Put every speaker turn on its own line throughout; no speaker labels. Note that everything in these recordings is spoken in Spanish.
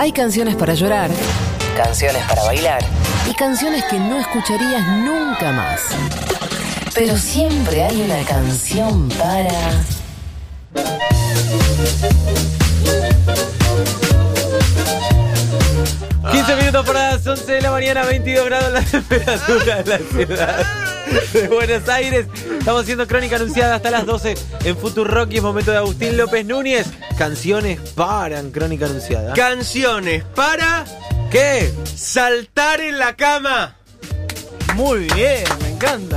Hay canciones para llorar
Canciones para bailar.
y canciones que no escucharías nunca más.
Pero siempre hay una canción para.
Ah. 15 minutos para las 11 de la mañana, 22 grados la temperatura de la ciudad de Buenos Aires. Estamos haciendo crónica anunciada hasta las 12 en Futurock y es momento de Agustín López Núñez. Canciones paran crónica anunciada.
Canciones para
¿Qué?
saltar en la cama.
Muy bien, me encanta.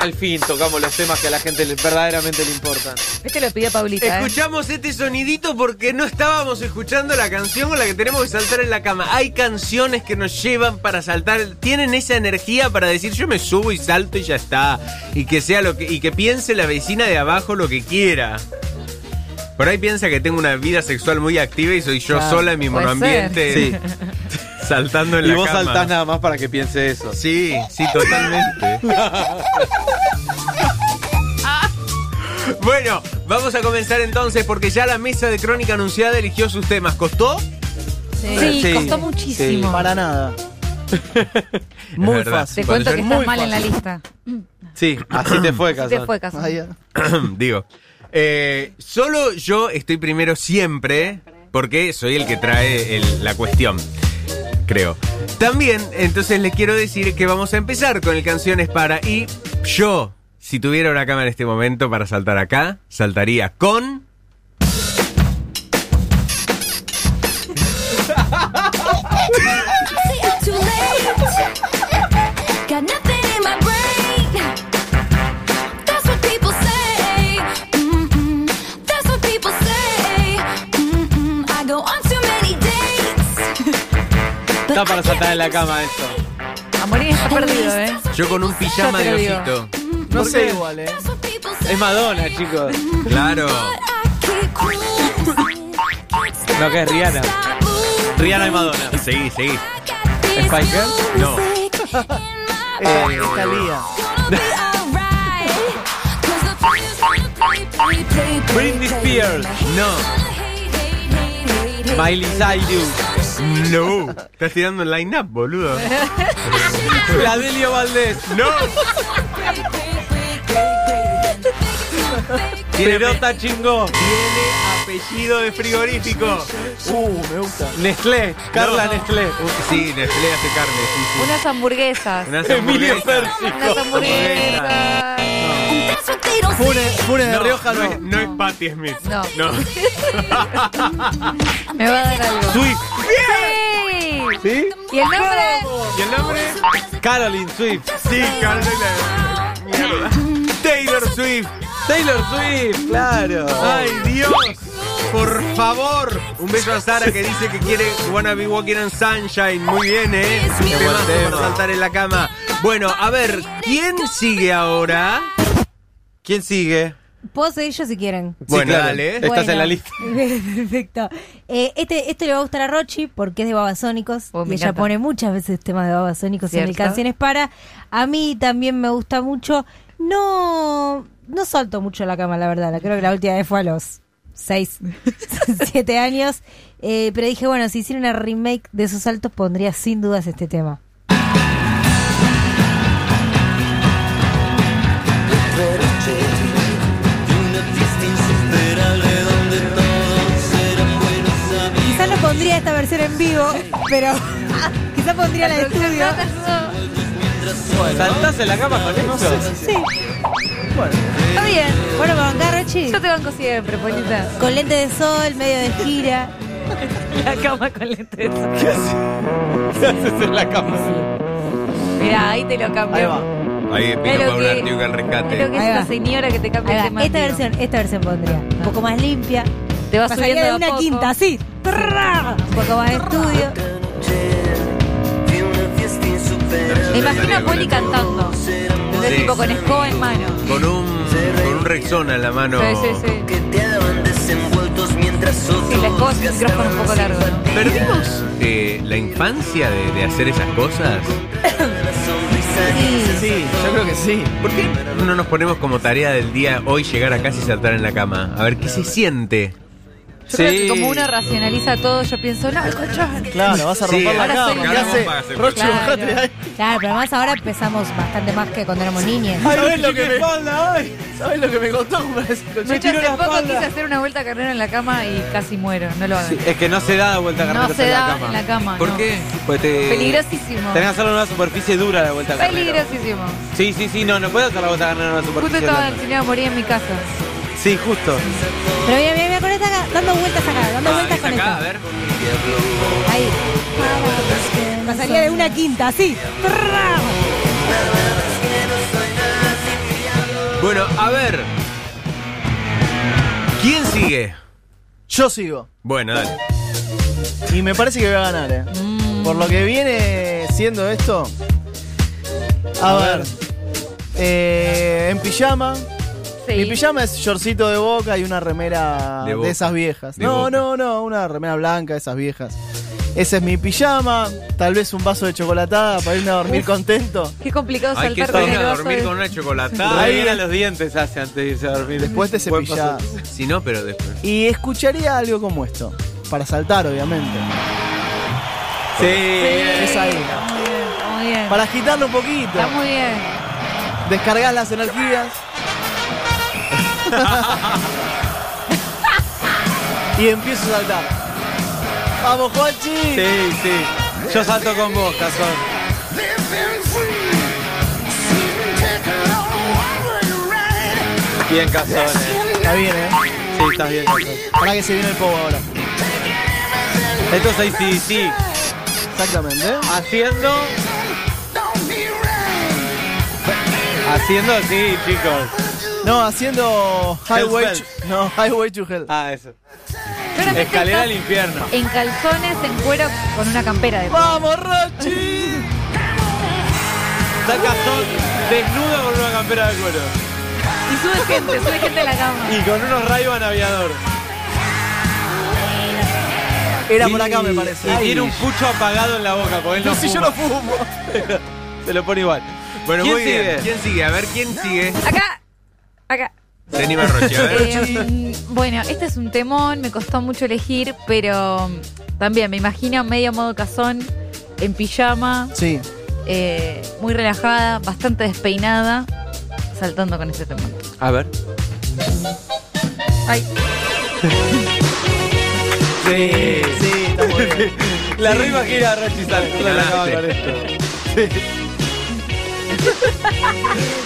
Al fin tocamos los temas que a la gente le- verdaderamente le importan.
Este lo pidió Paulita. ¿eh?
Escuchamos este sonidito porque no estábamos escuchando la canción con la que tenemos que saltar en la cama. Hay canciones que nos llevan para saltar, tienen esa energía para decir yo me subo y salto y ya está. Y que sea lo que. y que piense la vecina de abajo lo que quiera. Por ahí piensa que tengo una vida sexual muy activa y soy yo
Claro,
sola en mi
puede
monoambiente. Saltando en
Y
la
vos
cama.
saltás nada más para que piense eso.
Sí, sí, totalmente. bueno, vamos a comenzar entonces porque ya la mesa de crónica anunciada eligió sus temas. ¿Costó?
Sí,
Sí,
costó
sí.
muchísimo.
Para nada. Muy
Es verdad.
fácil.
Te cuento que
Bueno,
muy
estás mal en la
fácil.
lista.
Sí, así te fue, Casón.
Te fue, Caso.
Ay,
Digo, eh, solo yo estoy primero siempre porque soy el que trae el- la cuestión. Creo. También, entonces les quiero decir que vamos a empezar con el Canciones para y yo, si tuviera una cámara en este momento para saltar acá, saltaría con...
too late. Got nothing in my brain. That's what people say. Mm-mm. That's what people say. Mm-mm. I go on too many dates. But
Está para
I can't
saltar en la
make
cama esto.
Amorín está perdido, ¿eh?
Yo con un pijama
Ya te
de
lo digo.
osito.
No sé igual, eh.
That's what people say.
Es Madonna, chicos.
Claro.
But I keep cruising. Can't stop,
No, que es Rihanna.
stop moving.
Rihanna y Madonna.
Seguí, seguí.
I got this
¿Spice Girls?
No.
music in my
Eh, Esta Lía.
Britney
Britney
Spears.
No.
Miley Cyrus.
No. Estás tirando el line-up, boludo.
Fladelio Valdés.
No. Tiene,
Pelota chingó.
tiene apellido de frigorífico.
Uh, me gusta.
Nestlé. Carla
No.
Nestlé.
Sí, Nestlé hace carne. Sí, sí.
Unas hamburguesas.
Unas
Emilio
hamburguesas.
Unas
Pérsico.
hamburguesas.
Funes, Funes de
No,
Rioja
no,
no.
es, no es Patty Smith.
No. Me va a dar algo.
Swift.
¡Sí!
¿Sí?
¿Y el nombre?
¿Y el nombre?
Caroline Swift.
Sí, Carla. Mierda. Taylor Swift.
Taylor Swift, claro.
Oh.
¡Ay, Dios! Por favor. Un beso a Sara que dice que quiere Wanna Be Walking on Sunshine. Muy bien, ¿eh? Un
Qué
temazo
tema.
para saltar en la cama. Bueno, a ver, ¿quién sigue ahora?
¿Quién sigue?
Puedo seguir yo si quieren.
Bueno, dale. ¿eh?
Estás
Bueno.
en la lista.
Perfecto. Eh, este, este le va a gustar a Rochi porque es de Babasónicos.
Oh, me
y ella
encanta.
pone muchas veces temas de Babasónicos en el
¿Cierto?
Canciones para. A mí también me gusta mucho. No, no salto mucho a la cama, la verdad. La- Creo que la última vez fue a los 6, 7 años. Eh, pero dije, bueno, si hiciera una remake de esos saltos, pondría sin dudas este tema. Quizás no pondría esta versión en vivo, pero quizás pondría la de estudio.
¿Saltás en la cama con eso?
Sí. Está bien. Bueno, me bancás, Rochi.
Yo te banco siempre, Polita.
Con lente de sol, medio de gira.
La cama con lentes.
¿Qué haces? ¿Qué haces en la cama?
Mirá, ahí te lo cambio.
Ahí va.
Ahí
Es
vino
lo
Paula
que-
Artiuca al
es lo
rescate.
que es
Ahí
una
va.
señora que te cambia el
Ahí
tema.
va. Esta
antiguo.
versión, esta versión pondría. Un poco más limpia.
Ah. Te vas subiendo
Pasaría
de
de
a
una
poco.
quinta, así. Trrrra. Un poco más de estudio.
Me imagino a Poli cantando. Entonces,
Sí.
tipo con escoba en mano.
Con un, con un Rexona en la mano.
Sí, sí, sí. Sí, la escoba es un micrófono un poco largo. ¿no?
¿Perdimos eh, la infancia de, de hacer esas cosas?
Sí, yo creo que sí.
¿Por qué no nos ponemos como tarea del día hoy llegar a casa y saltar en la cama? A ver, ¿qué se siente?
Yo creo
Sí.
que como uno racionaliza todo, yo pienso, no, el colchón.
Claro, vas a
Sí,
romper la
ahora soy
cama.
un
¿Qué
loco.
hace?
Ahora vamos a
Rochi,
hacer-
bajate de ahí.
Claro, pero además ahora empezamos bastante más que cuando éramos niñas.
¿Sabés lo que me ¿Sabés lo que me contó?
Yo hace poco quise hacer una vuelta carrera en la cama y casi muero. No lo hagan.
Sí, es que no se da la vuelta
No
carrera
se
en
da
la cama.
en la cama,
¿Por
no.
qué? Pues te-
Peligrosísimo.
Tenés que hacerlo en una superficie dura la vuelta carrera.
Peligrosísimo.
Sí, sí, sí, no, no puedes hacer la vuelta carrera en una
Justo
superficie
estaba
blanda.
enseñado a morir en mi casa.
Sí, justo.
Pero mira, mira, mira, con esta acá, dando vueltas acá, dando
Ah,
vueltas
es
con
acá, a
esto.
ver.
Ahí. Pasaría de una quinta, así. Prrrra.
Bueno, a ver. ¿Quién sigue?
Yo sigo.
Bueno, dale.
Y me parece que voy a ganar, eh. Por lo que viene siendo esto. A, ver. Eh, en pijama.
Sí.
Mi pijama es shortcito de boca y una remera
De
de,
Boca.
esas viejas.
De
no,
Boca.
no, no, una remera blanca de esas viejas. Ese es mi pijama, tal vez un vaso de chocolatada para irme a dormir contento.
Qué complicado
Hay que
saltar
estar
con el
a
oso.
dormir
de-
con una chocolatada.
Ahí a los dientes hace antes de irse a dormir.
Después te
Buen paso.
cepillás.
Si no, pero después.
Y escucharía algo como esto. Para saltar, obviamente.
Sí.
Es ahí.
Muy bien, muy bien.
Para agitarlo un poquito.
Está muy bien.
Descargas las energías. y empiezo a saltar. ¡Vamos, Juanchi!
Sí, sí. Yo salto con vos, Cazón. Bien, Cazón. eh.
Está bien, ¿eh?
Sí, estás bien, Cazón.
Ahora que se viene el povo ahora.
Esto es sí, sí.
Exactamente. ¿eh?
Haciendo. Haciendo así, chicos.
No, haciendo Highway
Hell's
to, no, highway to Hell.
Ah, eso.
Claramente
Escalera al
estás
infierno.
En calzones, en cuero, con una campera de
¡Vamos, Rochi!
Está Cazón desnudo con una campera de cuero.
Y sube gente, sube gente a la cama.
Y con unos rayos aviador.
Era
Y-
por acá, me parece.
Y
Ay,
tiene un pucho apagado en la boca, porque él no
no, si yo
fuma.
no fumo.
Se lo pone igual.
Bueno,
¿Quién
muy bien.
sigue?
¿Quién sigue? A ver, ¿quién sigue?
Acá, acá.
Se anima Roche, a ver.
Eh, bueno, este es un temón, me costó mucho elegir, pero mm, también me imagino medio modo cazón, en pijama,
Sí.
eh, muy relajada, bastante despeinada, saltando con este temón.
A ver.
Ay,
Sí.
Sí, está muy bien.
La rima gira a Rochi Salto. la acaba con esto. Sí.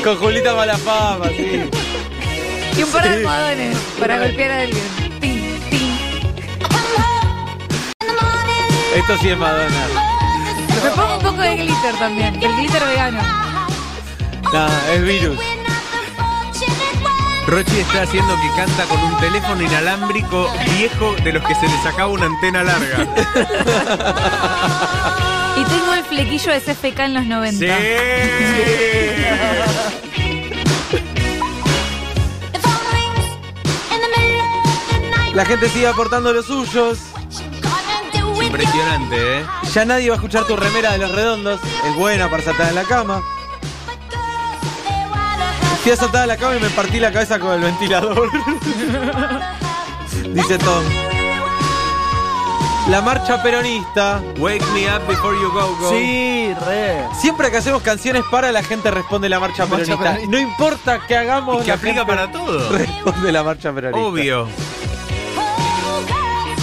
Con Julita Malafama, sí.
y un par de almohadones para golpear a alguien. Tin, tin.
Esto sí es Madonna.
Me pongo un poco de glitter también, del glitter vegano.
No, es virus.
Rochi está haciendo que canta con un teléfono inalámbrico viejo de los que se le sacaba una antena larga.
Y tengo el flequillo de CFK en los 90.
¡Sí!
La gente sigue aportando los suyos.
Impresionante, ¿eh?
Ya nadie va a escuchar tu remera de los redondos. Es buena para saltar en la cama. Fui a saltar en la cama y me partí la cabeza con el ventilador. Dice Tom. La marcha peronista.
Wake me up before you go,
Oh.
go.
Sí, re.
Siempre que hacemos canciones para la gente responde la marcha
Marcha
peronista.
peronista.
No importa que hagamos.
Que
la
aplica
gente
para todo.
Responde la marcha peronista.
Obvio.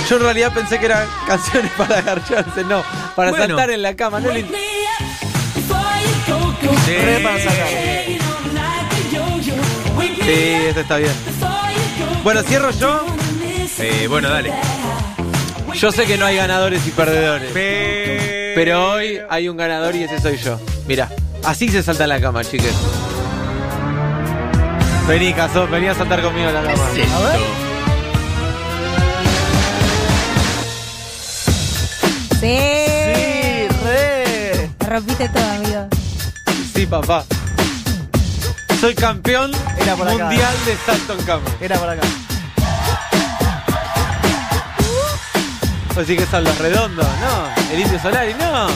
Yo en realidad pensé que eran canciones para agarrarse. No, para
Bueno.
saltar en la cama. No le-
Sí.
Re para sacar.
Sí, esto está bien. Bueno, cierro yo.
Eh, bueno, dale.
Yo sé que no hay ganadores y perdedores. Pero hoy hay un ganador y ese soy yo. Mira, así se salta la cama, chiques. Vení, Cazón, vení a saltar conmigo a la cama.
A ver.
Sí.
Sí, re.
Te rompiste todo, amigo.
Sí, papá. Soy campeón
Era por acá.
mundial de salto en cama.
Era por acá.
Así que son los redondos, no. El Indio Solari, no.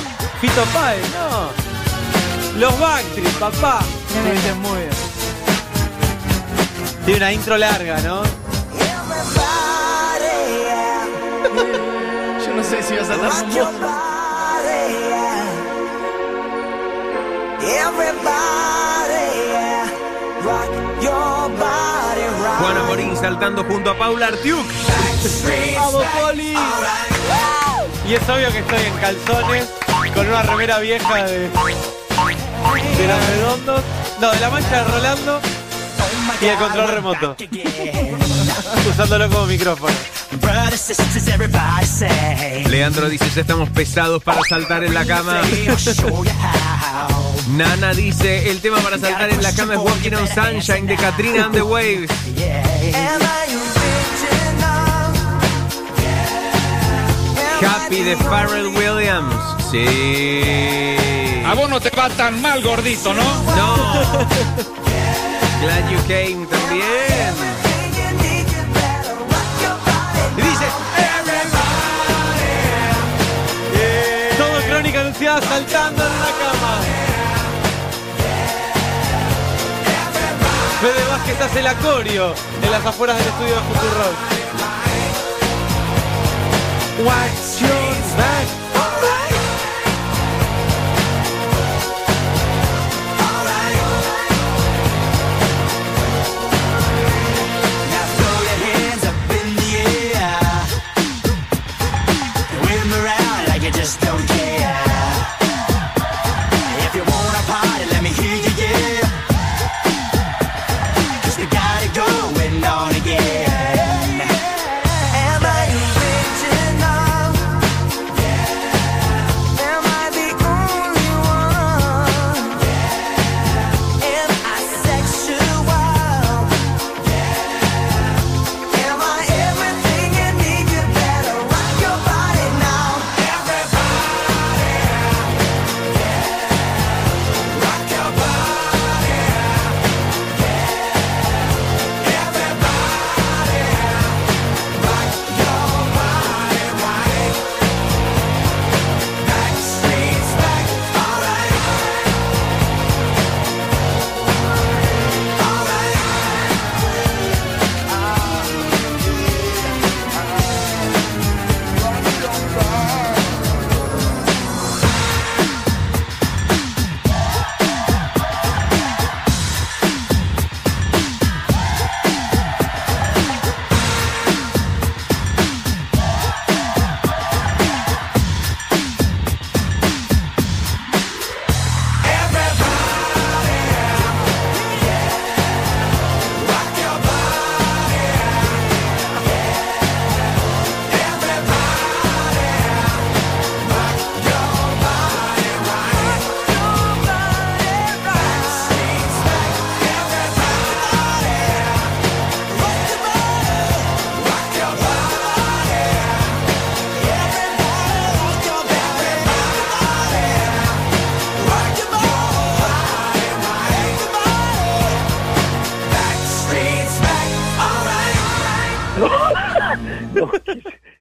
Fito Páez, no. Los Backstreet, papá.
Estuviste muy bien.
Tiene una intro larga, ¿no?
sé si vas a estar.
Juana Morín saltando junto a Paula Artiuk.
¡Vamos, Poli! Y es obvio que estoy en calzones, con una remera vieja de. de los redondos. No, de la mancha de Rolando. Y el control remoto. Usándolo como micrófono.
Leandro dice, ya estamos pesados para saltar en la cama. Nana dice, el tema para saltar en la cama es Walking on Sunshine de Katrina and the Waves. Happy de Pharrell Williams. Sí.
A vos no te va tan mal, gordito, ¿no?
No. Glad you came también. Y dice,
Todo crónica anunciada saltando en una cama. Fede Vázquez hace el acorio en las afueras del estudio de Futurock. What's your back?
Just don't care.